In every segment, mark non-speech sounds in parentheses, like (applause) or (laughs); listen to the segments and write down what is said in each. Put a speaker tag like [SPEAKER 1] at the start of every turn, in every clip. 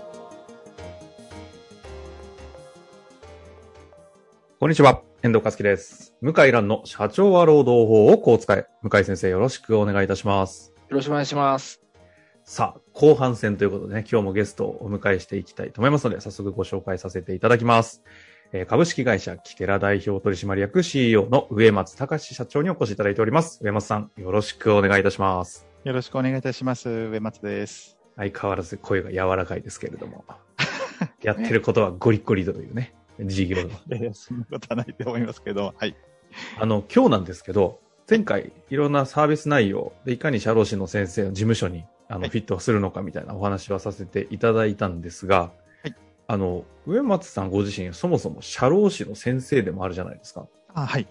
[SPEAKER 1] こんにちは、遠藤和樹です。向井蘭の社長は労働法をこう使え。向井先生よろしくお願いいたします。
[SPEAKER 2] よろしくお願いします。
[SPEAKER 1] さあ、後半戦ということでね、今日もゲストをお迎えしていきたいと思いますので、早速ご紹介させていただきます。えー株式会社キテラ代表取締役 CEO の上松隆社長にお越しいただいております。上松さん、よろしくお願いいたします。
[SPEAKER 3] よろしくお願いいたします。上松です。
[SPEAKER 1] 相変わらず声が柔らかいですけれども、やってることはゴリゴリというね、事業の
[SPEAKER 3] いやいや、そんなことはないと思いますけど、はい。
[SPEAKER 1] あの、今日なんですけど、前回いろんなサービス内容でいかに社労士の先生の事務所にあの、
[SPEAKER 3] はい
[SPEAKER 1] フィットするのかみたいなお話はさせていただいたんですが、
[SPEAKER 3] はい
[SPEAKER 1] あの、上松さんご自身そもそも社労士の先生でもあるじゃないですか。
[SPEAKER 3] あはい。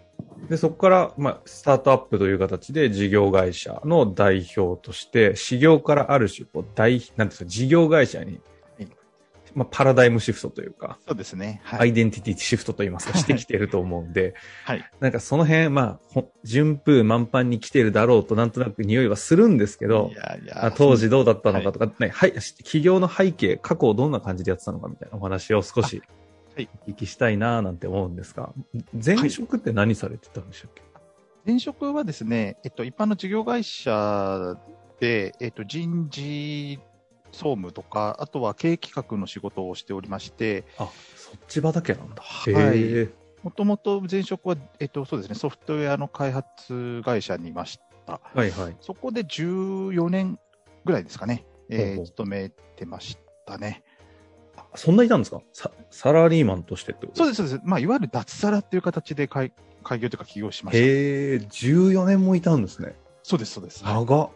[SPEAKER 1] で、そこから、まあ、スタートアップという形で事業会社の代表として、始業からある種、こう、代、なんていうんですか、事業会社に
[SPEAKER 3] はい、
[SPEAKER 1] まあ、パラダイムシフトというか、
[SPEAKER 3] そうですね。
[SPEAKER 1] ア
[SPEAKER 3] は
[SPEAKER 1] イ
[SPEAKER 3] い。
[SPEAKER 1] デンティティシフトといいますか、してきていると思うんで、
[SPEAKER 3] はい。
[SPEAKER 1] なんかその辺、まあほん、順風満帆に来てるだろうとなんとなく匂いはするんですけど
[SPEAKER 3] い、やい
[SPEAKER 1] あ
[SPEAKER 3] や、
[SPEAKER 1] 当時どうだったのかとか、ね、はい、企業の背景、過去をどんな感じでやってたのかみたいなお話を少し
[SPEAKER 3] あはい
[SPEAKER 1] お聞きしたいなぁなんて思うんですが、前職って何されてたんでしたっけ、
[SPEAKER 3] 前職はですね、えっと、一般の事業会社で、えっと、人事総務とか、あとは経営企画の仕事をしておりまして、
[SPEAKER 1] あ、そっち畑なんだ。
[SPEAKER 3] はい
[SPEAKER 1] へえ
[SPEAKER 3] もともと前職は、えっと、そうですね、ソフトウェアの開発会社にいました。
[SPEAKER 1] はいはい。
[SPEAKER 3] そこで14年ぐらいですかね、えー
[SPEAKER 1] ほうほう
[SPEAKER 3] 勤めてましたね。
[SPEAKER 1] あそんないたんですかササラリーマンとしてってこと
[SPEAKER 3] そう
[SPEAKER 1] う
[SPEAKER 3] です、そうです。まあ、いわゆる脱サラっていう形で開開業というか起業しました。
[SPEAKER 1] へえ14年もいたんですね。
[SPEAKER 3] そうです、そうです。はい
[SPEAKER 1] 長っ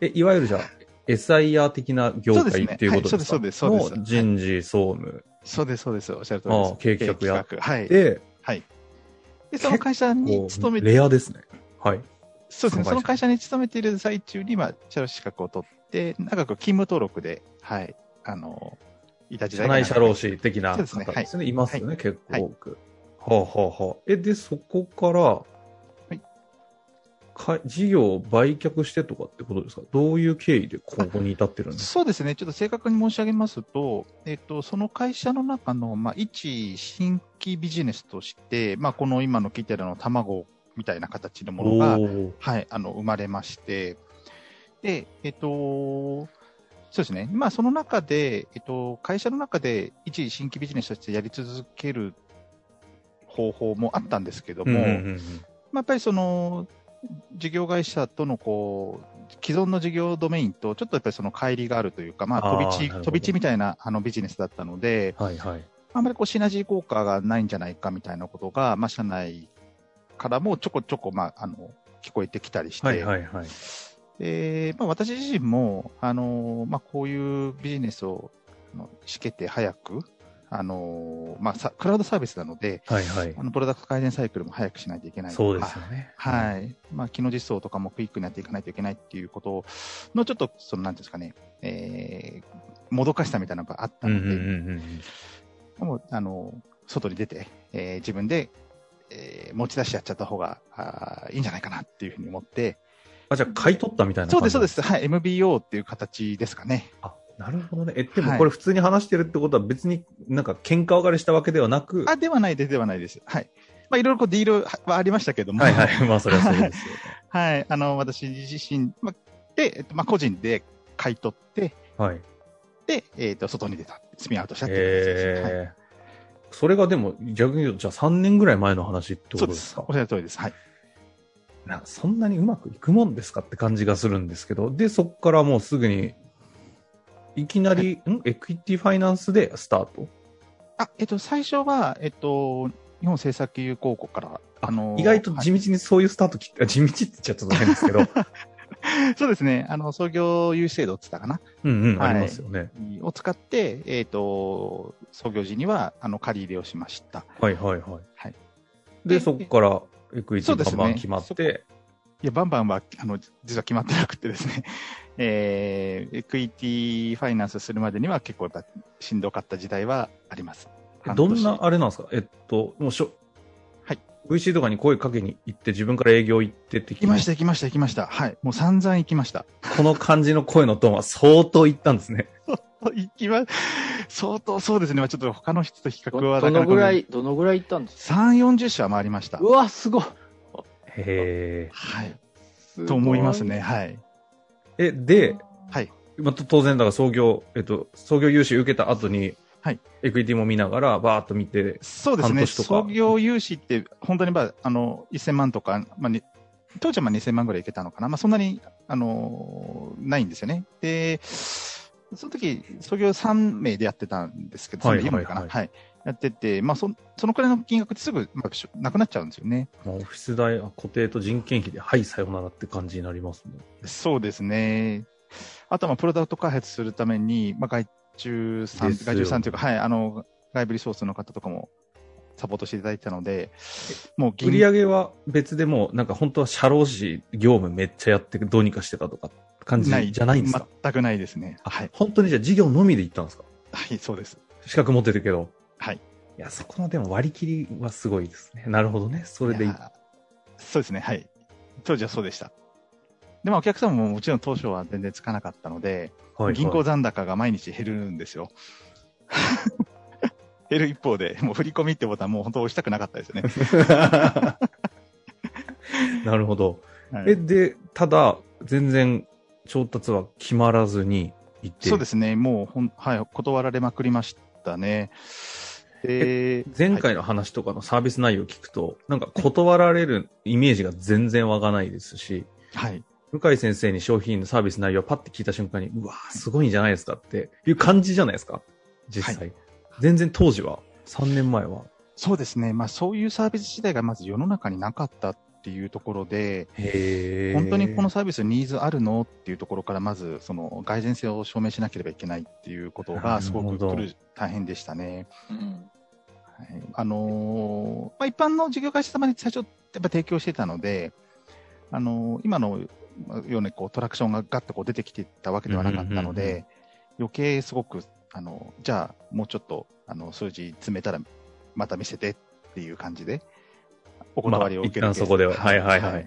[SPEAKER 1] え、いわゆるじゃあ、SIR 的な業
[SPEAKER 3] そうです
[SPEAKER 1] 界
[SPEAKER 3] ね
[SPEAKER 1] っていうことですか
[SPEAKER 3] はいそうですそうですそうです
[SPEAKER 1] の人事、総務
[SPEAKER 3] そうです、そうです。おっしゃる通りです
[SPEAKER 1] ああ。経営企画や
[SPEAKER 3] 経営企はい。
[SPEAKER 1] で、
[SPEAKER 3] で、その会社に
[SPEAKER 1] こ
[SPEAKER 3] 勤
[SPEAKER 1] う
[SPEAKER 3] めて、
[SPEAKER 1] レアですね。はい。
[SPEAKER 3] そうですね。
[SPEAKER 1] その会社
[SPEAKER 3] その会社に勤めている最中に、まあ、社労士資格を取って、長く勤務登録で、はい、あの、いた時
[SPEAKER 1] 社
[SPEAKER 3] 代が長い
[SPEAKER 1] 内社労士的な
[SPEAKER 3] そうですね
[SPEAKER 1] 方ですね。いますよね、
[SPEAKER 3] は
[SPEAKER 1] 結構多く。はあ、はあはあ、え、で、そこから、
[SPEAKER 3] い
[SPEAKER 1] か事業を売却してとかってことですかどういう経緯でここに至ってるんですか
[SPEAKER 3] そうですね。ちょっと正確に申し上げますと、えっと、その会社の中の、まあ、一新規ビジネスとして、まあ、この今の聞いてるの卵みたいな形のものが、
[SPEAKER 1] ー
[SPEAKER 3] はい、あの、生まれまして、で、えっと、そうですね。まあ、その中で、えっと、会社の中で一新規ビジネスとしてやり続ける方法もあったんですけど
[SPEAKER 1] うん
[SPEAKER 3] も、
[SPEAKER 1] うん
[SPEAKER 3] まあ、やっぱりその、事業会社とのこう、既存の事業ドメインと、ちょっとやっぱりその乖離があるというか、まあ、
[SPEAKER 1] あー
[SPEAKER 3] 飛び地、
[SPEAKER 1] なるほど
[SPEAKER 3] 飛び地みたいなあのビジネスだったので、
[SPEAKER 1] うんはいはい。
[SPEAKER 3] あんまりこうシナジー効果がないんじゃないかみたいなことが、まあ、社内からもちょこちょこ、まあ、あの、聞こえてきたりして、
[SPEAKER 1] はいはいはい。
[SPEAKER 3] で、まあ、私自身も、あのまあ、こういうビジネスをあのしけて早く、あのまあ、さクラウドサービスなので、
[SPEAKER 1] はいはい
[SPEAKER 3] あ。のプロダクト改善サイクルも早くしないといけないとか
[SPEAKER 1] そうですよね。
[SPEAKER 3] はい。まあ、機能実装とかもクイックにやっていかないといけないっていうことの、ちょっと、その、なんていうんですかね、えー、もどかしさみたいなのがあった
[SPEAKER 1] うん
[SPEAKER 3] の
[SPEAKER 1] う
[SPEAKER 3] で、
[SPEAKER 1] んうんうん。
[SPEAKER 3] もう、あの外に出て、えー自分で、えー持ち出してやっちゃった方が、あーいいんじゃないかなっていうふうに思って、
[SPEAKER 1] あ、じゃあ買い取ったみたいな
[SPEAKER 3] そ
[SPEAKER 1] 感
[SPEAKER 3] う
[SPEAKER 1] じ
[SPEAKER 3] です、そうです。はい。MBO っていう形ですかね。
[SPEAKER 1] あ、なるほどね。え、で
[SPEAKER 3] は
[SPEAKER 1] も
[SPEAKER 3] い
[SPEAKER 1] これ普通に話してるってことは別になんか喧嘩別れしたわけではなく、
[SPEAKER 3] あ、ではないです、ではないです。はい。まあ、いろいろこうディールはありましたけども、
[SPEAKER 1] はいはい。 (laughs) まあそれはそうですよね。
[SPEAKER 3] はいあの、私自身、ま、で、えっと、まあ、個人で買い取って、
[SPEAKER 1] はい。
[SPEAKER 3] で、えっ、と、外に出た。スミアウトしたっていう形です、はい。
[SPEAKER 1] えー、それがでも逆に言うと、じゃあ3年ぐらい前の話ってこ
[SPEAKER 3] そ
[SPEAKER 1] と
[SPEAKER 3] うで
[SPEAKER 1] です
[SPEAKER 3] す。
[SPEAKER 1] か
[SPEAKER 3] おっしゃる通りです。はい。
[SPEAKER 1] なそんなにうまくいくもんですかって感じがするんですけど、で、そこからもうすぐに、いきなり、んエクイティファイナンスでスタート
[SPEAKER 3] あ、えっ、と、最初は、えっ、と、日本政策友好庫から、あの (laughs) (laughs)
[SPEAKER 1] 意外と地道にそういうスタート切って、あ地道って言っちゃちょっと変ですけど、
[SPEAKER 3] そうですね。あの、創業融資制度って言ったかな
[SPEAKER 1] うんうん、
[SPEAKER 3] はい
[SPEAKER 1] ありますよね。
[SPEAKER 3] を使って、えっ、と、創業時には、あの、借り入れをしました。
[SPEAKER 1] はいはいはい。
[SPEAKER 3] はい
[SPEAKER 1] で、
[SPEAKER 3] で
[SPEAKER 1] そこから、エクイテ
[SPEAKER 3] そう
[SPEAKER 1] ィ
[SPEAKER 3] で
[SPEAKER 1] が
[SPEAKER 3] すね
[SPEAKER 1] まあ決まって、
[SPEAKER 3] いや、バンバンは、あの、実は決まってなくてですね、 (laughs) えーエクイティファイナンスするまでには結構やっぱしんどかった時代はあります。半
[SPEAKER 1] ど
[SPEAKER 3] 年
[SPEAKER 1] んなあれなんですかえっと、もうしょ、
[SPEAKER 3] はい
[SPEAKER 1] VC とかに声かけに行って、自分から営業行ってって聞
[SPEAKER 3] 行きました、行きました、行きました。はい。もう散々行きました。 (laughs)
[SPEAKER 1] この感じの声のトーンは相当行ったんですね。
[SPEAKER 3] 行きま、相当そうですね。まあちょっと他の人と比較は
[SPEAKER 2] どどのぐらい、どのぐらい行ったんですか
[SPEAKER 3] 3、40社回りました
[SPEAKER 2] う。わ、すごい。
[SPEAKER 1] へ
[SPEAKER 3] はい。と思いますね。。はい。
[SPEAKER 1] え。え、で、
[SPEAKER 3] はい。
[SPEAKER 1] また当然、だから創業、えっと、創業融資受けた後に、
[SPEAKER 3] はい
[SPEAKER 1] エクイティも見ながら、バーっと見て、
[SPEAKER 3] そうです
[SPEAKER 1] 半
[SPEAKER 3] ね。
[SPEAKER 1] 年とか
[SPEAKER 3] 創業融資って、本当にまあ、あの、1000万とか、まあ、に当時はまあ2000万ぐらいいけたのかな。まあ、そんなに、あのーないんですよね。で、その時、創業3名でやってたんですけど、
[SPEAKER 1] はい
[SPEAKER 3] 3名4名かな。
[SPEAKER 1] は
[SPEAKER 3] はいいやってて、まあそ、そのくらいの金額ってすぐ、まあ、しょなくなっちゃうんですよね。
[SPEAKER 1] まあ、オフィス代、あ固定と人件費で、はい、さようならって感じになりますね。
[SPEAKER 3] そうですね。あとは、まあ、プロダクト開発するために、まあ、外注さん、
[SPEAKER 1] ですよね
[SPEAKER 3] 外注さんというか、はい、あの、外部リソースの方とかもサポートしていただいてたので、もう銀
[SPEAKER 1] 売り上げは別でもう、なんか本当は社労士業務めっちゃやって、どうにかしてたとか、感じじゃないんですか、
[SPEAKER 3] 全くないですね。はい。
[SPEAKER 1] 本当にじゃあ事業のみで行ったんですか
[SPEAKER 3] はい、そうです。
[SPEAKER 1] 資格持ってるけど。
[SPEAKER 3] はい。
[SPEAKER 1] いや、そこのでも割り切りはすごいですね。なるほどね。それでい
[SPEAKER 3] い
[SPEAKER 1] い。
[SPEAKER 3] やそうですね、はい。当時はそうでした。でもお客様ももちろん当初は全然つかなかったので、
[SPEAKER 1] はい
[SPEAKER 3] 銀行
[SPEAKER 1] はい
[SPEAKER 3] 残高が毎日減るんですよ。 (laughs) 減る一方で、もう振り込みってボタンもう本当押したくなかっ
[SPEAKER 1] (laughs)
[SPEAKER 3] たですよね。
[SPEAKER 1] なるほど。
[SPEAKER 3] はい
[SPEAKER 1] え、で、ただ、全然調達は決まらずに行って。
[SPEAKER 3] そうですね、もうほん、はい、断られまくりましたね。で
[SPEAKER 1] 前回の話とかのサービス内容を聞くと、なんか断られるイメージが全然湧かないですし、
[SPEAKER 3] はい、
[SPEAKER 1] 向井先生に商品のサービス内容をパッて聞いた瞬間に、うわー、すごいんじゃないですかっていう感じじゃないですか、実際。全然当時は、3年前は。
[SPEAKER 3] そうですね、まあ、そういうサービス自体がまず世の中になかったっていうところで、
[SPEAKER 1] へ
[SPEAKER 3] 本当にこの、サービスニーズあるのっていうところからまずその蓋然性を証明しなければいけないっていうことがすご
[SPEAKER 1] なるほど
[SPEAKER 3] く来る大変でしたね。
[SPEAKER 2] うん
[SPEAKER 3] はい、あのーまあ、一般の事業会社様に最初やっぱ提供してたので、あのー今のようにこうトラクションがガッとこう出てきてたわけではなかったので、
[SPEAKER 1] うんうんうん
[SPEAKER 3] 余計すごくあのじゃあもうちょっとあの数字詰めたらまた見せてっていう感じでお
[SPEAKER 1] ま
[SPEAKER 3] 断
[SPEAKER 1] あ、
[SPEAKER 3] りを受
[SPEAKER 1] 一
[SPEAKER 3] けるケー
[SPEAKER 1] 旦
[SPEAKER 3] ス、
[SPEAKER 1] そこでは。はいはいはい。はい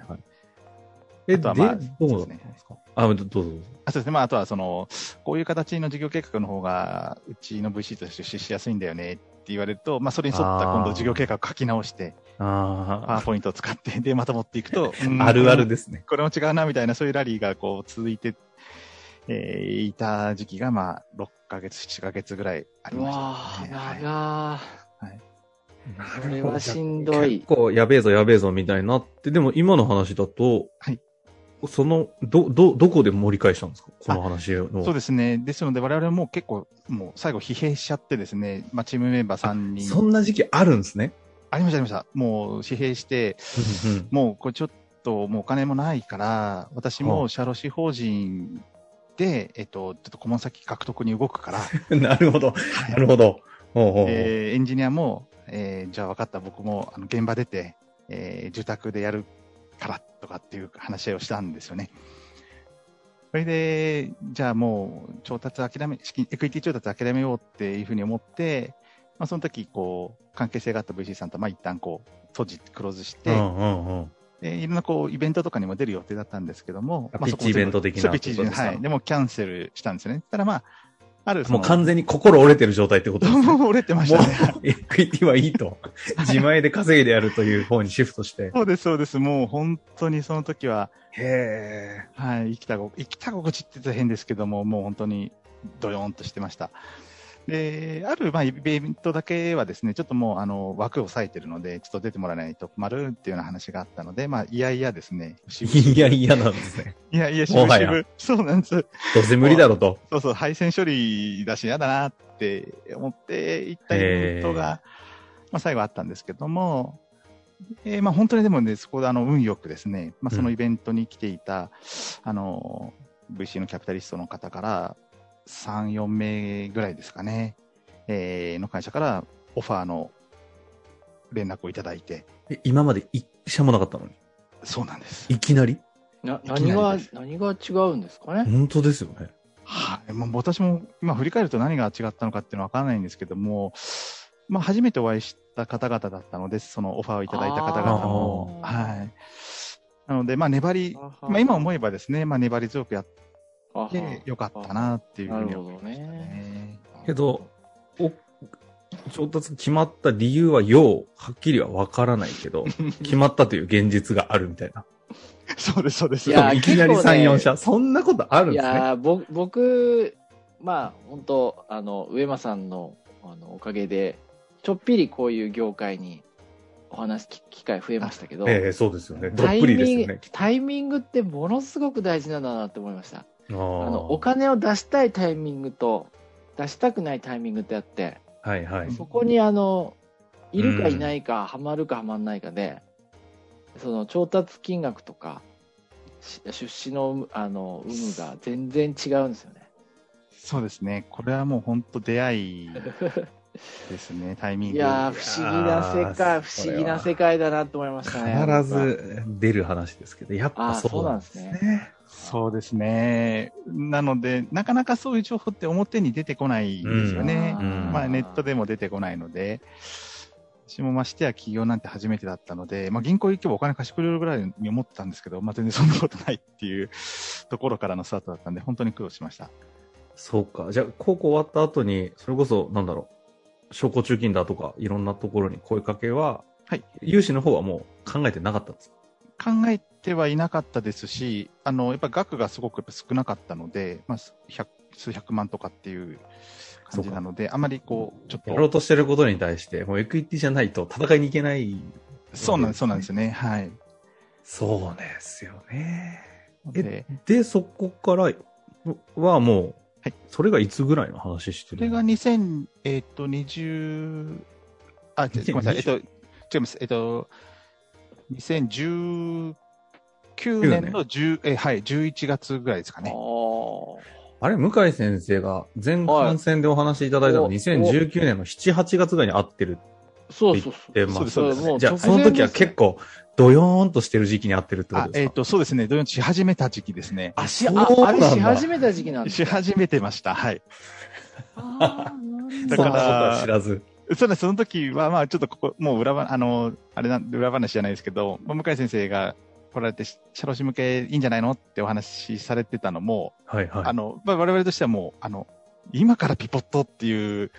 [SPEAKER 1] え、
[SPEAKER 3] あとはまあ
[SPEAKER 1] で、どうだったんですかあ、どうぞどうぞ。
[SPEAKER 3] あそうですね。まあ、あとは、その、こういう形の事業計画の方が、うちの VC として出資しやすいんだよねって言われると、まあ、それに沿った
[SPEAKER 1] あー
[SPEAKER 3] 今度事業計画を書き直して、パワ
[SPEAKER 1] あ
[SPEAKER 3] ーポイントを使って、で、また持っていく
[SPEAKER 1] (laughs)
[SPEAKER 3] と、うん
[SPEAKER 1] あ、あるある。ですね。
[SPEAKER 3] これも違うな、みたいな、そういうラリーがこう、続いて、えーいた時期が、まあ、6ヶ月、7ヶ月ぐらいあり
[SPEAKER 2] う
[SPEAKER 3] まし
[SPEAKER 2] わ
[SPEAKER 3] たね、は
[SPEAKER 2] ー、
[SPEAKER 3] い
[SPEAKER 2] 長ー。これはしんど
[SPEAKER 1] 結
[SPEAKER 2] い。
[SPEAKER 1] 構やべえぞやべえぞみたいになって、でも今の話だと、
[SPEAKER 3] はい
[SPEAKER 1] その、ど、ど、どこで盛り返したんですかこの話の。
[SPEAKER 3] そうですね。ですので、我々も結構、もう最後疲弊しちゃってですね、まあ、チームメンバー3人。
[SPEAKER 1] そんな時期あるんですね。
[SPEAKER 3] ありました、ありました。もう疲弊して、もうこれちょっともうお金もないから、私
[SPEAKER 1] は
[SPEAKER 3] も
[SPEAKER 1] あ
[SPEAKER 3] 社労士法人で、えっと、ちょっと顧問先獲得に動く
[SPEAKER 1] (laughs)
[SPEAKER 3] から、
[SPEAKER 1] なるほど。なるほど。ほうほうほう
[SPEAKER 3] えーエンジニアも、えーじゃあ分かった、僕もあの現場出て、えー住宅でやるからとかっていう話し合いをしたんですよね。それで、じゃあもう調達諦め、資金、エクイティ調達諦めようっていうふうに思って、まあその時、こう、関係性があった VC さんと、まあ一旦こう、閉じ、クローズして、
[SPEAKER 1] うんうんうん。
[SPEAKER 3] でいろんなこうイベントとかにも出る予定だったんですけども、
[SPEAKER 1] あ
[SPEAKER 3] まあ
[SPEAKER 1] ピッチイベント的な
[SPEAKER 3] そうピッチイベン
[SPEAKER 1] こ
[SPEAKER 3] ト、
[SPEAKER 1] とですか
[SPEAKER 3] はい。でもキャンセルしたんですよね。ただまあ、あるそ
[SPEAKER 1] も
[SPEAKER 3] の、
[SPEAKER 1] う完全に心折れてる状態ってことです (laughs) ね。
[SPEAKER 3] もう折れてましたね。
[SPEAKER 1] もう、エ (laughs) クイティはいいと。自前で稼いでやるという方にシフトして。
[SPEAKER 3] (laughs) そうです、そうです。もう本当にその時は、
[SPEAKER 1] へ
[SPEAKER 3] はい、生きたご、生きた心地って言ったら変ですけども、もう本当にドヨーンとしてました。で、ある、まあ、イベントだけはですね、ちょっともう、あの、枠を割いてるので、ちょっと出てもらえないと困るっていうような話があったので、まあ、いやいやですね。
[SPEAKER 1] え。いやいやなんですね。
[SPEAKER 3] いやいや、し
[SPEAKER 1] も
[SPEAKER 3] ぶ
[SPEAKER 1] は
[SPEAKER 3] し
[SPEAKER 1] や
[SPEAKER 3] ぶ。そうなんです。
[SPEAKER 1] どうせ無理だろうと。
[SPEAKER 3] そうそう、配線処理だし、やだなって思っていったイベントが、まあ、最後あったんですけども、えーまあ、本当にでもね、そこであの運よくですね、まあ、そのイベントに来ていた、あの VC のキャピタリストの方から、3、4名ぐらいですかね、えーの会社からオファーの連絡をいただいて、
[SPEAKER 1] え今まで一社もなかったのに。
[SPEAKER 3] そうなんです。
[SPEAKER 1] いきなり
[SPEAKER 2] ない
[SPEAKER 3] きなり
[SPEAKER 2] 何が
[SPEAKER 3] で、す
[SPEAKER 2] 何が違うんですかね。
[SPEAKER 1] 本当ですよね。
[SPEAKER 3] はい、もう私も今振り返ると何が違ったのかっていうのは分からないんですけども、まあ、初めてお会いした方々だったので、そのオファーをいただいた方々も。
[SPEAKER 2] あー
[SPEAKER 3] はい、なので、まあ、粘り、まあ、今思えばですね、まあ、粘り強くやっ
[SPEAKER 2] はは
[SPEAKER 3] てよかったなっていうふうに
[SPEAKER 2] なるほ
[SPEAKER 3] 思い
[SPEAKER 2] ど
[SPEAKER 3] ましたね
[SPEAKER 2] ね。
[SPEAKER 1] けど、お調達決まった理由はよう、はっきりはわからないけ (laughs) ど、決まったという現実があるみたいな。
[SPEAKER 3] そうです、そうです。
[SPEAKER 2] いやー
[SPEAKER 1] (laughs) いきなり
[SPEAKER 2] 結構ね
[SPEAKER 1] 3、4社。そんなことあるん
[SPEAKER 2] い
[SPEAKER 1] ですね。
[SPEAKER 2] やーぼ僕、まあ、本当あの、上間さんのあのおかげで、ちょっぴりこういう業界にお話聞く機会増えましたけど、
[SPEAKER 1] ええそうですよね。どっ
[SPEAKER 2] タイ
[SPEAKER 1] ぷりです
[SPEAKER 2] ミン
[SPEAKER 1] よ
[SPEAKER 2] グ
[SPEAKER 1] ね。
[SPEAKER 2] タイミングってものすごく大事なんだなって思いました。
[SPEAKER 1] あ
[SPEAKER 2] あ
[SPEAKER 1] の
[SPEAKER 2] のお金を出したいタイミングと出したくないタイミングってあって
[SPEAKER 1] はいはい。
[SPEAKER 2] そこにあのいるかいないか、ハマるかハマんないかでその調達金額とかし出資のあの有無が全然違うんですよね。
[SPEAKER 3] そうですね。これはもう本当出会いですね、タイミン
[SPEAKER 2] い
[SPEAKER 3] グ。
[SPEAKER 2] やー不思議な世界不
[SPEAKER 1] それ
[SPEAKER 2] 思
[SPEAKER 1] は
[SPEAKER 2] 議な世界だなと思いましたね。
[SPEAKER 1] 必ず出る話ですけど、やっぱ
[SPEAKER 2] あー
[SPEAKER 1] そうなんです
[SPEAKER 2] そうなんで
[SPEAKER 1] ね。
[SPEAKER 3] そうですね。なので、なかなかそういう情報って表に出てこないんですよね。
[SPEAKER 1] うん
[SPEAKER 3] まあ、ネットでも出てこないので、私もましてや企業なんて初めてだったので、まあ、銀行行けばお金貸してくれるぐらいに思ってたんですけど、まあ、全然そんなことないっていうところからのスタートだったんで、本当に苦労しました。
[SPEAKER 1] そうか。じゃあ、高校終わった後に、それこそ、なんだろう、商工中金だとか、いろんなところに声かけは、
[SPEAKER 3] はい
[SPEAKER 1] 融資の方はもう考えてなかったんですか
[SPEAKER 3] 考えてはいなかったですし、あの、やっぱ額がすごくやっぱ少なかったので、まあ、100数百万とかっていう感じなので、あまりこう、ちょっ
[SPEAKER 1] やろう
[SPEAKER 3] と、
[SPEAKER 1] としてることに対して、もうエクイティじゃないと戦いに行けない。
[SPEAKER 3] そうなんです、そうなんですよね。はい。
[SPEAKER 1] そうですよね。
[SPEAKER 3] で、
[SPEAKER 1] で、そこからはもう、
[SPEAKER 3] はい
[SPEAKER 1] それがいつぐらいの話して
[SPEAKER 3] そ
[SPEAKER 1] る
[SPEAKER 3] れ
[SPEAKER 1] の
[SPEAKER 3] が2020、えっと、20、あ、ちょごめんなさい、えっと、違います、えっと、2019年の10、えはい、11月ぐらいですかね。
[SPEAKER 2] お
[SPEAKER 1] あれ、向井先生が前半戦でお話しいただいたの、
[SPEAKER 2] はいお
[SPEAKER 1] 2019年の7、8月ぐらいに会ってるって
[SPEAKER 2] そう
[SPEAKER 1] 言
[SPEAKER 2] そう
[SPEAKER 1] ってま
[SPEAKER 3] そうですす
[SPEAKER 1] ね。
[SPEAKER 2] ね
[SPEAKER 1] じゃあ、
[SPEAKER 2] もう
[SPEAKER 1] そ
[SPEAKER 2] 直
[SPEAKER 1] の
[SPEAKER 2] 前
[SPEAKER 1] 時は
[SPEAKER 2] ですね
[SPEAKER 1] 結構、ドヨーンとしてる時期に会ってるってこ
[SPEAKER 3] あ
[SPEAKER 1] と、
[SPEAKER 3] え
[SPEAKER 1] で
[SPEAKER 3] っ
[SPEAKER 1] すか
[SPEAKER 3] と、そうですね、土曜し始めた時期ですね。
[SPEAKER 2] あし
[SPEAKER 1] そう
[SPEAKER 2] ああれ
[SPEAKER 1] なんだ
[SPEAKER 2] し始めた時期なんです
[SPEAKER 3] し始めてました、はい。
[SPEAKER 2] あーなん
[SPEAKER 3] だ
[SPEAKER 1] そ
[SPEAKER 3] か
[SPEAKER 1] んな
[SPEAKER 3] ら
[SPEAKER 1] ことは知らず。
[SPEAKER 3] そうです、その時は、まあ、ちょっとここ、もう裏話、あの、あれなん、裏話じゃないですけど、まあ向井先生が来られて、社労士向けいいんじゃないのってお話しされてたのも、
[SPEAKER 1] はいはい。
[SPEAKER 3] あの、まあ、我々としてはもう、あの、今からピポットっていう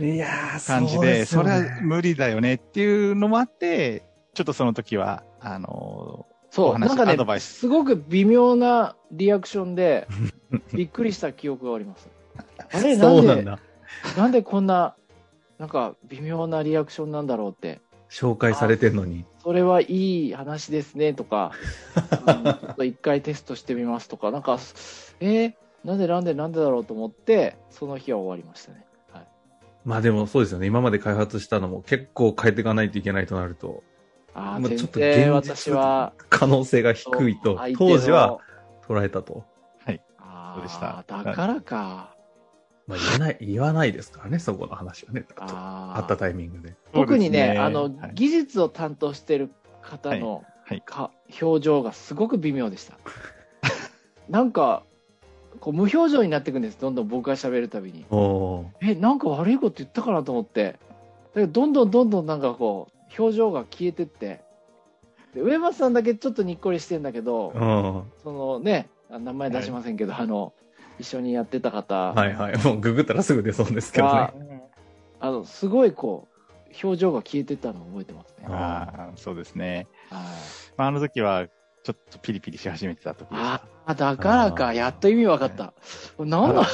[SPEAKER 1] いやー
[SPEAKER 3] 感じ
[SPEAKER 1] う
[SPEAKER 3] で、
[SPEAKER 1] す
[SPEAKER 3] そ
[SPEAKER 1] よ
[SPEAKER 3] れ
[SPEAKER 1] ね
[SPEAKER 3] は無理だよねっていうのもあって、ちょっとその時は、あの、
[SPEAKER 2] そ
[SPEAKER 3] お
[SPEAKER 2] う、
[SPEAKER 3] 話
[SPEAKER 2] なんか
[SPEAKER 3] アドバ
[SPEAKER 2] ね、
[SPEAKER 3] イス
[SPEAKER 2] すごく微妙なリアクションで、
[SPEAKER 1] (laughs)
[SPEAKER 2] びっくりした記憶があります。あれ、な
[SPEAKER 1] そ
[SPEAKER 2] ん
[SPEAKER 1] う
[SPEAKER 2] で
[SPEAKER 1] な
[SPEAKER 2] な
[SPEAKER 1] だ。
[SPEAKER 2] んでこんな、なんか微妙なリアクションなんだろうって、
[SPEAKER 1] 紹介されてんのに。
[SPEAKER 2] それはいい話ですねと
[SPEAKER 1] (laughs)
[SPEAKER 2] か、うんちょっと一回テストしてみますとか、なんか、えーなんでなんでなんでだろうと思って、その日は終わりましたね。はい、
[SPEAKER 1] まあでもそうですよね。今まで開発したのも結構変えていかないといけないとなると、
[SPEAKER 2] ああ、
[SPEAKER 1] まあ
[SPEAKER 2] 全
[SPEAKER 1] ちょっと
[SPEAKER 2] 然
[SPEAKER 1] 現
[SPEAKER 2] 私
[SPEAKER 1] 実
[SPEAKER 2] は、
[SPEAKER 1] 可能性が低いと、当時は捉えたと。
[SPEAKER 2] 相
[SPEAKER 3] そう
[SPEAKER 2] 手
[SPEAKER 3] で
[SPEAKER 2] の、
[SPEAKER 3] した
[SPEAKER 2] ああ、だからか。
[SPEAKER 1] まあ言わない、言わないですからね、そこの話はね。あと
[SPEAKER 2] あ
[SPEAKER 1] あ
[SPEAKER 2] あ
[SPEAKER 1] ったタイミングで。
[SPEAKER 2] 特に
[SPEAKER 3] そう
[SPEAKER 2] ね
[SPEAKER 3] です
[SPEAKER 2] あの、
[SPEAKER 3] はい
[SPEAKER 2] 技術を担当してる方の
[SPEAKER 3] はいはい
[SPEAKER 2] か、表情がすごく微妙でしたなんかこう無表情になっていくんですどんどん僕が喋るたびに
[SPEAKER 1] おー
[SPEAKER 2] えなんか悪いこと言ったかなと思ってだけどどんどんどんどんなんかこう表情が消えてってで上松さんだけちょっとにっこりしてんだけど、
[SPEAKER 1] うん。
[SPEAKER 2] そのねあ名前出しませんけど、あの一緒にやってた方
[SPEAKER 1] はいはい。もうググったらすぐ出そうですけどね
[SPEAKER 2] は。あのすごいこう表情が消えてったのを覚えてますね。
[SPEAKER 1] あ
[SPEAKER 3] あーそうですね。
[SPEAKER 2] はい
[SPEAKER 3] まあ、あの時は、ちょっとピリピリし始めてた時でした
[SPEAKER 2] あ。あ、だから
[SPEAKER 1] あ
[SPEAKER 2] か、
[SPEAKER 1] ー
[SPEAKER 2] やっと意味わかった。なんだ、
[SPEAKER 1] あ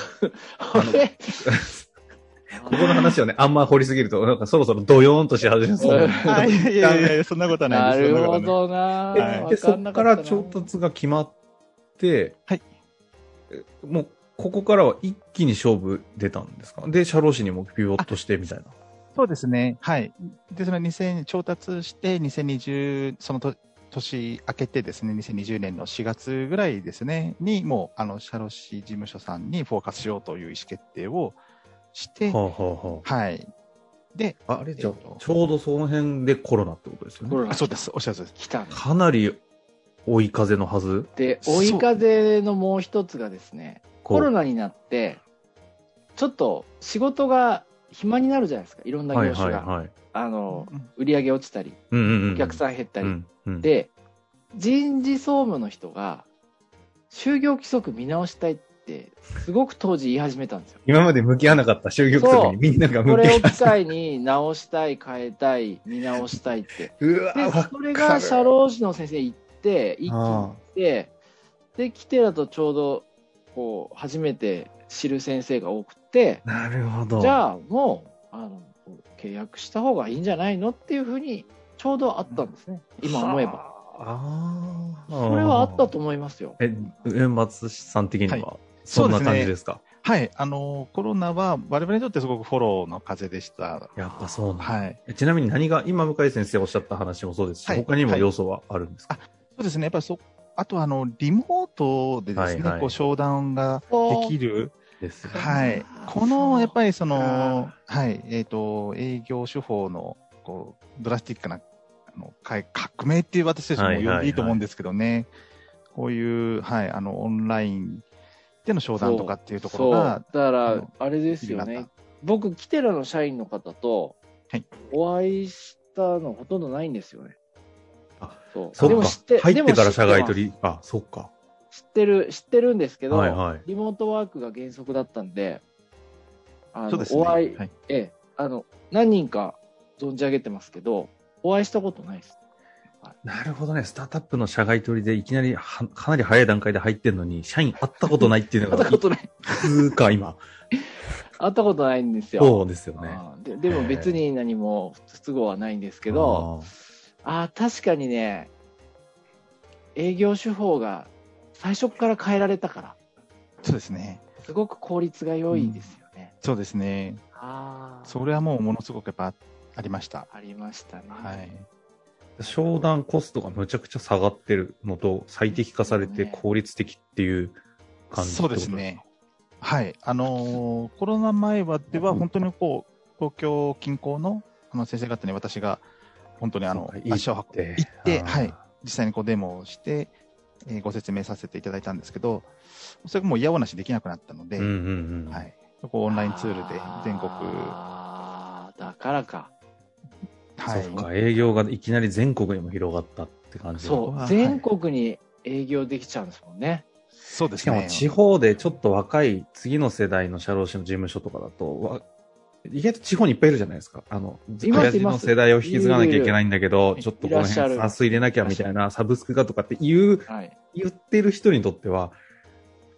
[SPEAKER 2] あ
[SPEAKER 1] の
[SPEAKER 2] れ
[SPEAKER 1] (laughs) ここの話をね、あんま掘りすぎると、なんかそろそろドヨーンとし始めそうなんで。
[SPEAKER 3] (laughs) はいいやいやいや、そんなことはな
[SPEAKER 2] ない
[SPEAKER 3] です。
[SPEAKER 2] る
[SPEAKER 3] そんなこと
[SPEAKER 2] ほ
[SPEAKER 3] はない
[SPEAKER 2] どな。
[SPEAKER 3] い
[SPEAKER 2] (laughs) わ
[SPEAKER 1] で、そ
[SPEAKER 2] んな
[SPEAKER 1] こ
[SPEAKER 2] った
[SPEAKER 1] か
[SPEAKER 2] な
[SPEAKER 1] ら調達が決まって、
[SPEAKER 3] はい
[SPEAKER 1] え。もう、ここからは一気に勝負出たんですかで、社労士にもピボットしてみたいな。
[SPEAKER 3] そうですね。はい。で、その2000、調達して、2020、そのと年明けてですね、2020年の4月ぐらいですね、に、もう、あの、社労士事務所さんにフォーカスしようという意思決定をして、
[SPEAKER 1] はあ、はあは
[SPEAKER 3] はい。で、
[SPEAKER 1] あ、あれじゃあ
[SPEAKER 3] えっと
[SPEAKER 1] ちょうどその辺でコロナってことですよ
[SPEAKER 2] コ
[SPEAKER 1] ね。
[SPEAKER 2] ロナ
[SPEAKER 3] あそうです。おっしゃるとおりです。
[SPEAKER 2] 来たんです
[SPEAKER 1] かなり追い風のはず。
[SPEAKER 2] で
[SPEAKER 3] そう
[SPEAKER 2] 追い風のもう一つがですね
[SPEAKER 1] こう
[SPEAKER 2] コロナになってちょっと仕事が暇になるじゃないですかいろんな業
[SPEAKER 1] はい
[SPEAKER 2] 種が、
[SPEAKER 1] はいはい。
[SPEAKER 2] あの
[SPEAKER 3] うん
[SPEAKER 2] 売り上げ落ちたり
[SPEAKER 1] うんうんうん、
[SPEAKER 2] お客さん減ったり、
[SPEAKER 1] うんうん、
[SPEAKER 2] で人事総務の人が就業規則見直したいってすごく当時言い始めたんですよ
[SPEAKER 1] 今まで向き合わなかった就業規則にみんなが向
[SPEAKER 2] こ
[SPEAKER 1] き合
[SPEAKER 2] れ
[SPEAKER 1] わ
[SPEAKER 2] を機会に直したい変えたい見直した
[SPEAKER 3] (laughs)
[SPEAKER 2] いって
[SPEAKER 1] うわ
[SPEAKER 2] で
[SPEAKER 1] わかる
[SPEAKER 2] それが社労士の先生に行って一気に行ってで来てだとちょうどこう初めて知る先生が多くて
[SPEAKER 1] なるほど。
[SPEAKER 2] じ
[SPEAKER 1] あ、
[SPEAKER 2] ゃあもうあの契約した方がいいんじゃないのっていうふうにちょうどあったんですね今思えば。
[SPEAKER 1] ああ。
[SPEAKER 2] これはあったと思いますよ。
[SPEAKER 1] え、上松さん的には、
[SPEAKER 3] は
[SPEAKER 1] そんな
[SPEAKER 3] そうですね
[SPEAKER 1] 感じですか
[SPEAKER 3] はい。あの、コロナは我々にとってすごくフォローの風でした。
[SPEAKER 1] やっぱそうなんだ
[SPEAKER 3] はい。
[SPEAKER 1] えちなみに何が、今向井先生おっしゃった話もそうですし、
[SPEAKER 3] はい
[SPEAKER 1] 他にも
[SPEAKER 3] はい
[SPEAKER 1] 要素はあるんですか、
[SPEAKER 3] そうですね。やっぱりそ、あとはあの、リモートでですね、
[SPEAKER 1] はいはい
[SPEAKER 3] こう商談ができる。
[SPEAKER 1] ですよね
[SPEAKER 3] はい
[SPEAKER 2] あ。ー
[SPEAKER 3] この、やっぱりそ
[SPEAKER 1] そう
[SPEAKER 3] の
[SPEAKER 1] か、
[SPEAKER 3] はい、えっ、と、営業手法の、こう、ドラスティックな、あの、かい革命っていう私たちも
[SPEAKER 1] はいはいはい
[SPEAKER 3] 呼んでいいと思うんですけどね、こういう、はい、あの、オンラインでの商談とかっていうところが、
[SPEAKER 2] そうだか
[SPEAKER 3] あ
[SPEAKER 2] ら
[SPEAKER 3] の
[SPEAKER 2] あれですよね僕キテラの社員の方と
[SPEAKER 3] はい
[SPEAKER 2] お会いしたのほとんどないんですよね、
[SPEAKER 1] あ
[SPEAKER 2] そう
[SPEAKER 1] そ
[SPEAKER 2] で
[SPEAKER 1] っ
[SPEAKER 2] も
[SPEAKER 1] か
[SPEAKER 2] 知って。
[SPEAKER 1] 入ってから社外
[SPEAKER 2] でも知って
[SPEAKER 1] 取り、あ、そっか。
[SPEAKER 2] ます知ってる知ってるんですけど、
[SPEAKER 1] はいはい。
[SPEAKER 2] リモートワークが原則だったんであ
[SPEAKER 3] そ
[SPEAKER 2] の
[SPEAKER 3] うですね。
[SPEAKER 2] お会い、
[SPEAKER 3] はい、
[SPEAKER 2] ええあの何人か存じ上げてますけどお会いしたことないです
[SPEAKER 1] なるほどね。スタートアップの社外取りでいきなりは、かなり早い段階で入ってんのに、社員会ったことないっていうの
[SPEAKER 2] 会っ
[SPEAKER 1] が、
[SPEAKER 2] たことない
[SPEAKER 1] 普通か、今。
[SPEAKER 2] 会ったことないんですよ
[SPEAKER 1] そうですよね。
[SPEAKER 2] あーででも別に何も不都合はないんですけど、あー確かにね営業手法が最初から変えられたから
[SPEAKER 3] そうですね。
[SPEAKER 2] すごく効率が良いですよね、
[SPEAKER 3] そうですね。
[SPEAKER 2] ああ
[SPEAKER 3] それはもうものすごくやっぱありました。
[SPEAKER 2] ありましたね、
[SPEAKER 3] はい。
[SPEAKER 1] あー商談コストがむちゃくちゃ下がってるのと、最適化されて
[SPEAKER 2] ね
[SPEAKER 1] 効率的っていう感じって
[SPEAKER 3] そ
[SPEAKER 1] こ
[SPEAKER 3] う
[SPEAKER 1] と
[SPEAKER 3] ですね。はい。あのーコロナ前はでは、本当にこう、東京近郊のあの先生方に私が、本当にあの
[SPEAKER 1] そうか、
[SPEAKER 3] 足を運んで、行って、はい。。実際にこうデモをして、えーご説明させていただいたんですけど、それがもう嫌おなしできなくなったので、
[SPEAKER 1] うんうんうん。
[SPEAKER 3] はい。こうオンラインツールで全国、は
[SPEAKER 2] あーだからか
[SPEAKER 1] そっ
[SPEAKER 3] い。
[SPEAKER 1] か、営業がいきなり全国にも広がったって感じだ
[SPEAKER 2] そう、
[SPEAKER 3] はい
[SPEAKER 2] 全国に営業できちゃうんですもんね
[SPEAKER 3] そうで
[SPEAKER 1] し
[SPEAKER 3] す
[SPEAKER 1] かも
[SPEAKER 3] ね。
[SPEAKER 1] 地方でちょっと若い次の世代の社労士の事務所とかだと、わ意外と地方にいっぱいいるじゃないですか。あの、
[SPEAKER 2] います
[SPEAKER 1] 親父の世代を引き継がなきゃいけないんだけど
[SPEAKER 3] い、る
[SPEAKER 1] ちょっとこの
[SPEAKER 2] いらっしゃ
[SPEAKER 1] 辺
[SPEAKER 2] る
[SPEAKER 1] 算数入れなきゃみたいな、サブスクがとかって言う、
[SPEAKER 2] はい
[SPEAKER 1] 言ってる人にとっては、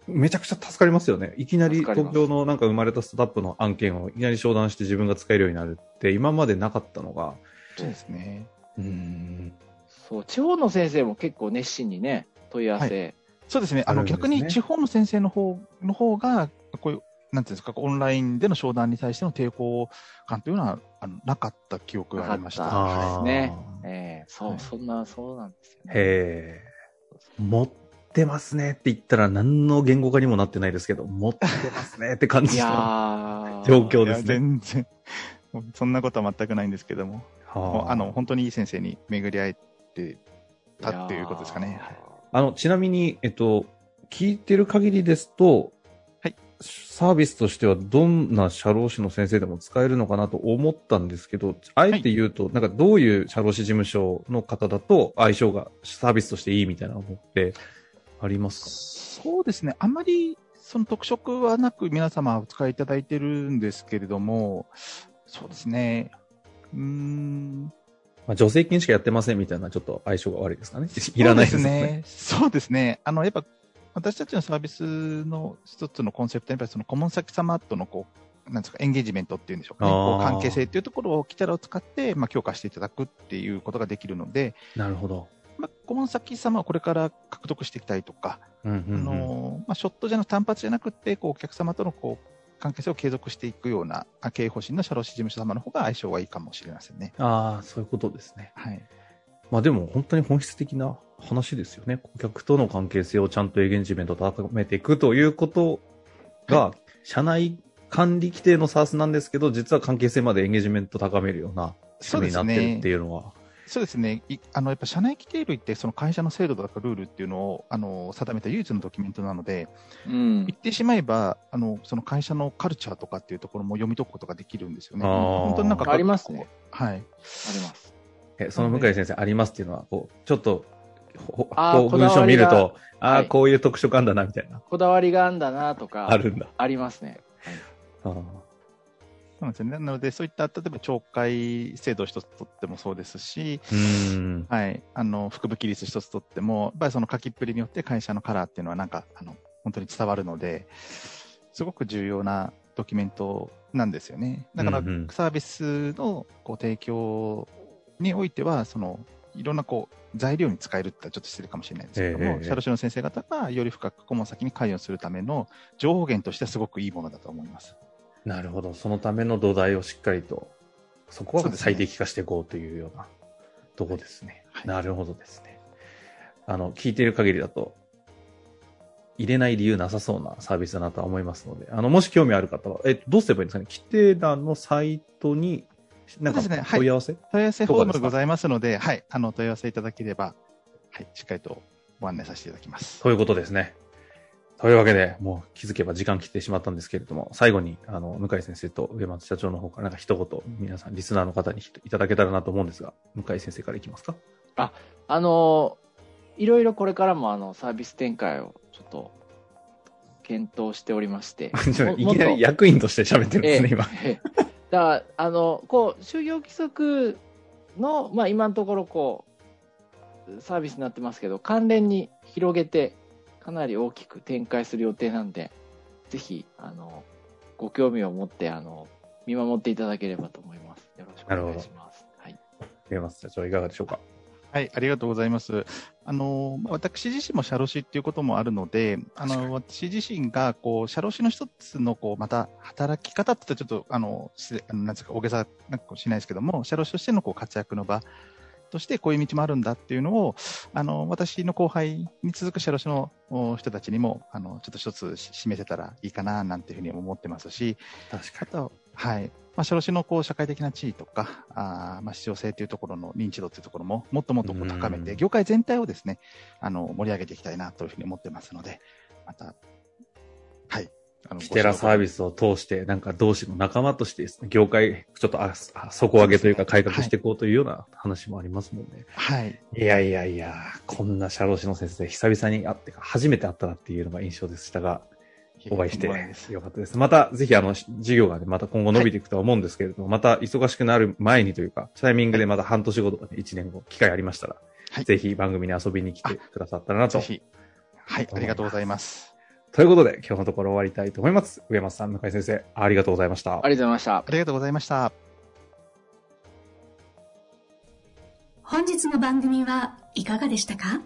[SPEAKER 1] めちゃくちゃ助かりますよね。いきなり
[SPEAKER 2] 助かりま
[SPEAKER 1] 東
[SPEAKER 2] す
[SPEAKER 1] 京のなんか生まれたスタートアップの案件をいきなり商談して自分が使えるようになるって今までなかったのが、
[SPEAKER 3] そうですね。
[SPEAKER 1] うん、
[SPEAKER 2] そう地方の先生も結構熱心にね問い合わせ、
[SPEAKER 3] そうですね。あ
[SPEAKER 1] ある
[SPEAKER 3] の、
[SPEAKER 1] んですね
[SPEAKER 3] 逆に地方の先生の方、の方が、こういう、なんていうんですか、オンラインでの商談に対しての抵抗感というのは、あのなかった記憶がありました。
[SPEAKER 2] なかった
[SPEAKER 3] は
[SPEAKER 2] ーね
[SPEAKER 1] あー
[SPEAKER 2] ええそう、
[SPEAKER 3] はい
[SPEAKER 2] そんなそうなんですよね
[SPEAKER 1] へえ。持ってますねって言ったら何の言語化にもなってないですけど、持ってますねって感
[SPEAKER 2] い
[SPEAKER 1] じ
[SPEAKER 2] や
[SPEAKER 1] の
[SPEAKER 2] ー
[SPEAKER 1] 状
[SPEAKER 3] い
[SPEAKER 1] 況で
[SPEAKER 3] や
[SPEAKER 1] すね。
[SPEAKER 3] 全然、 (laughs) もうそんなことは全くないんですけども、もうあの、本当にいい先生に巡り合えてたっていうことですかね。はい
[SPEAKER 1] あの、ちなみに、えっと、聞いてる限りですと、
[SPEAKER 3] はい
[SPEAKER 1] サービスとしてはどんな社労士の先生でも使えるのかなと思ったんですけど、あえて言うと、なんかどういう社労士事務所の方だと相性がサービスとしていいみたいなのってあります
[SPEAKER 3] そうですね、あんまりその特色はなく、皆様お使いいただいてるんですけれども、そうですね、うーん、
[SPEAKER 1] か、まあ、助成金しかやってませんみたいなちょっと相性が悪いですか
[SPEAKER 3] (laughs)
[SPEAKER 1] ね。いらないですよね。。
[SPEAKER 3] そうですね、あのやっぱ私たちのサービスの一つのコンセプトは、やっぱりその顧問先様とのこう、なんですか、エンゲージメントっていうんでしょうかね、
[SPEAKER 1] あー
[SPEAKER 3] こう関係性っていうところを、キタラを使って、まあ、強化していただくっていうことができるので、
[SPEAKER 1] なるほど。
[SPEAKER 3] まあ、顧問先様をこれから獲得していきたいとか、
[SPEAKER 1] うんうんうん
[SPEAKER 3] あのーまあ、ショットじゃなく単発じゃなくてこうお客様とのこう関係性を継続していくようなあ経営方針の社労士事務所様の方が相性はいいかもしれませんね。
[SPEAKER 1] ああ、そういうことですね。
[SPEAKER 3] はい。
[SPEAKER 1] まあでも本当に本質的な話ですよね。顧客との関係性をちゃんとエーゲンジメントを高めていくということが、社内管理規定の SARS なんですけど、実は関係性までエンゲージメント高めるような仕組みになってるっていうのは。
[SPEAKER 3] そうですね。いあの、やっぱ社内規定類って、その会社の制度とかルールっていうのを、あの、定めた唯一のドキュメントなので、
[SPEAKER 2] うん
[SPEAKER 3] 言ってしまえば、あの、その会社のカルチャーとかっていうところも読み解くことができるんですよね。
[SPEAKER 1] あー
[SPEAKER 3] 本当になんか。
[SPEAKER 2] ありますね。
[SPEAKER 3] はい。
[SPEAKER 2] あります。
[SPEAKER 1] えその向井先生、ありますっていうのは、こう、ちょっと、ほ
[SPEAKER 2] あー
[SPEAKER 1] ほこう文章見ると、ああ
[SPEAKER 2] は
[SPEAKER 1] ー、
[SPEAKER 2] い
[SPEAKER 1] こういう特色あんだな、みたいな。
[SPEAKER 2] こだわりがあんだなとか、
[SPEAKER 1] あるんだ。
[SPEAKER 2] ありますね。
[SPEAKER 1] あー
[SPEAKER 3] そうなんですよね。なので、そういった、例えば、懲戒制度一つとってもそうですし、
[SPEAKER 1] うーん。
[SPEAKER 3] はい。あの、福引率一つとっても、やっぱりその書きっぷりによって会社のカラーっていうのは、なんか、あの、本当に伝わるので、すごく重要なドキュメントなんですよね。だから
[SPEAKER 1] うんうん、
[SPEAKER 3] サービスのこう提供においては、その、いろんなこう、材料に使えるって言ったらちょっと失礼かもしれないですけど
[SPEAKER 1] えええ
[SPEAKER 3] も、
[SPEAKER 1] え
[SPEAKER 3] 社労士の先生方がより深く顧問先に関与するための情報源としてはすごくいいものだと思います。
[SPEAKER 1] なるほど。そのための土台をしっかりと、そこ
[SPEAKER 3] そう
[SPEAKER 1] は
[SPEAKER 3] ですね
[SPEAKER 1] 最適化していこうというようなとこですね。
[SPEAKER 3] はい
[SPEAKER 1] なるほどですね。あの、聞いている限りだと、入れない理由なさそうなサービスだなとは思いますので、あの、もし興味ある方は、えっと、どうすればいいんですかねキテラのサイトに、なんか
[SPEAKER 3] そうですねはい
[SPEAKER 1] 問い合わせ、
[SPEAKER 3] 問い合わせフォームがございますので、はい。あの、問い合わせいただければ、はい。しっかりとご案内させていただきます。
[SPEAKER 1] ということですね。というわけで、もう気づけば時間来てしまったんですけれども、最後に、あの、向井先生と上松社長の方から、なんか一言、皆さん、リスナーの方にいただけたらなと思うんですが、向井先生からいきますか
[SPEAKER 2] あの、いろいろこれからもあのサービス展開をちょっと検討しておりまして、
[SPEAKER 1] (laughs) ちょ
[SPEAKER 2] も
[SPEAKER 1] いきな
[SPEAKER 2] もっ
[SPEAKER 1] り
[SPEAKER 2] と
[SPEAKER 1] 役員として喋ってるんですね、
[SPEAKER 2] ええ
[SPEAKER 1] 今。
[SPEAKER 2] ええだから、あの、こう、就業規則の、まあ今のところこう、サービスになってますけど、関連に広げて、かなり大きく展開する予定なんで、ぜひ、あの、ご興味を持って、あの、見守っていただければと思います。よろしくお願いします。はい。
[SPEAKER 1] 上松社長、いかがでしょうか
[SPEAKER 3] はい、ありがとうございます。あの、まあ私自身も社労士っていうこともあるので、あの、私自身が、こう、社労士の一つの、こう、また、働き方って言ったらちょっと、あの、失礼あのなんですか、大げさなんかもしれないですけども、社労士としての、こう、活躍の場として、こういう道もあるんだっていうのを、あの、私の後輩に続く社労士のお人たちにも、あの、ちょっと一つし示せたらいいかな、なんていうふうに思ってますし、
[SPEAKER 1] 確か
[SPEAKER 3] あと、はい。まあ、社労士のこう社会的な地位とか、あーまあ、必要性というところの認知度というところも、もっともっとこう高め
[SPEAKER 1] う
[SPEAKER 3] て、
[SPEAKER 1] ん
[SPEAKER 3] 業界全体をですね、あの、盛り上げていきたいなというふうに思ってますので、また、はい。あの
[SPEAKER 1] キテラサービスを通して、なんか同士の仲間としてですね、業界、ちょっとああ底上げというか改革していこうというような話もありますもんね。
[SPEAKER 3] はい。
[SPEAKER 1] いやいやいや、こんな社労士の先生、久々に会ってか、初めて会ったなっていうのが印象でしたが、お会いして
[SPEAKER 3] とんでもないです
[SPEAKER 1] よかったです。また、ぜひ、あの、し事業がね、また今後伸びていくとは思うんですけれども、また忙しくなる前にというか、タイミングでまた半年後とかね、1年後、機会ありましたら、
[SPEAKER 3] はい
[SPEAKER 1] ぜひ番組に遊びに来てくださったらなと
[SPEAKER 3] ぜ。ひ。はい。ありがとうございます。
[SPEAKER 1] ということで、今日のところ終わりたいと思います。上松さん、向井先生、ありがとうございました
[SPEAKER 2] あ。りがとうございました
[SPEAKER 3] あ。りがとうございました。
[SPEAKER 4] 本日の番組はいかがでしたか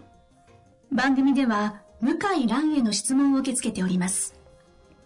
[SPEAKER 4] 番組では向井蘭への質問を受け付けております。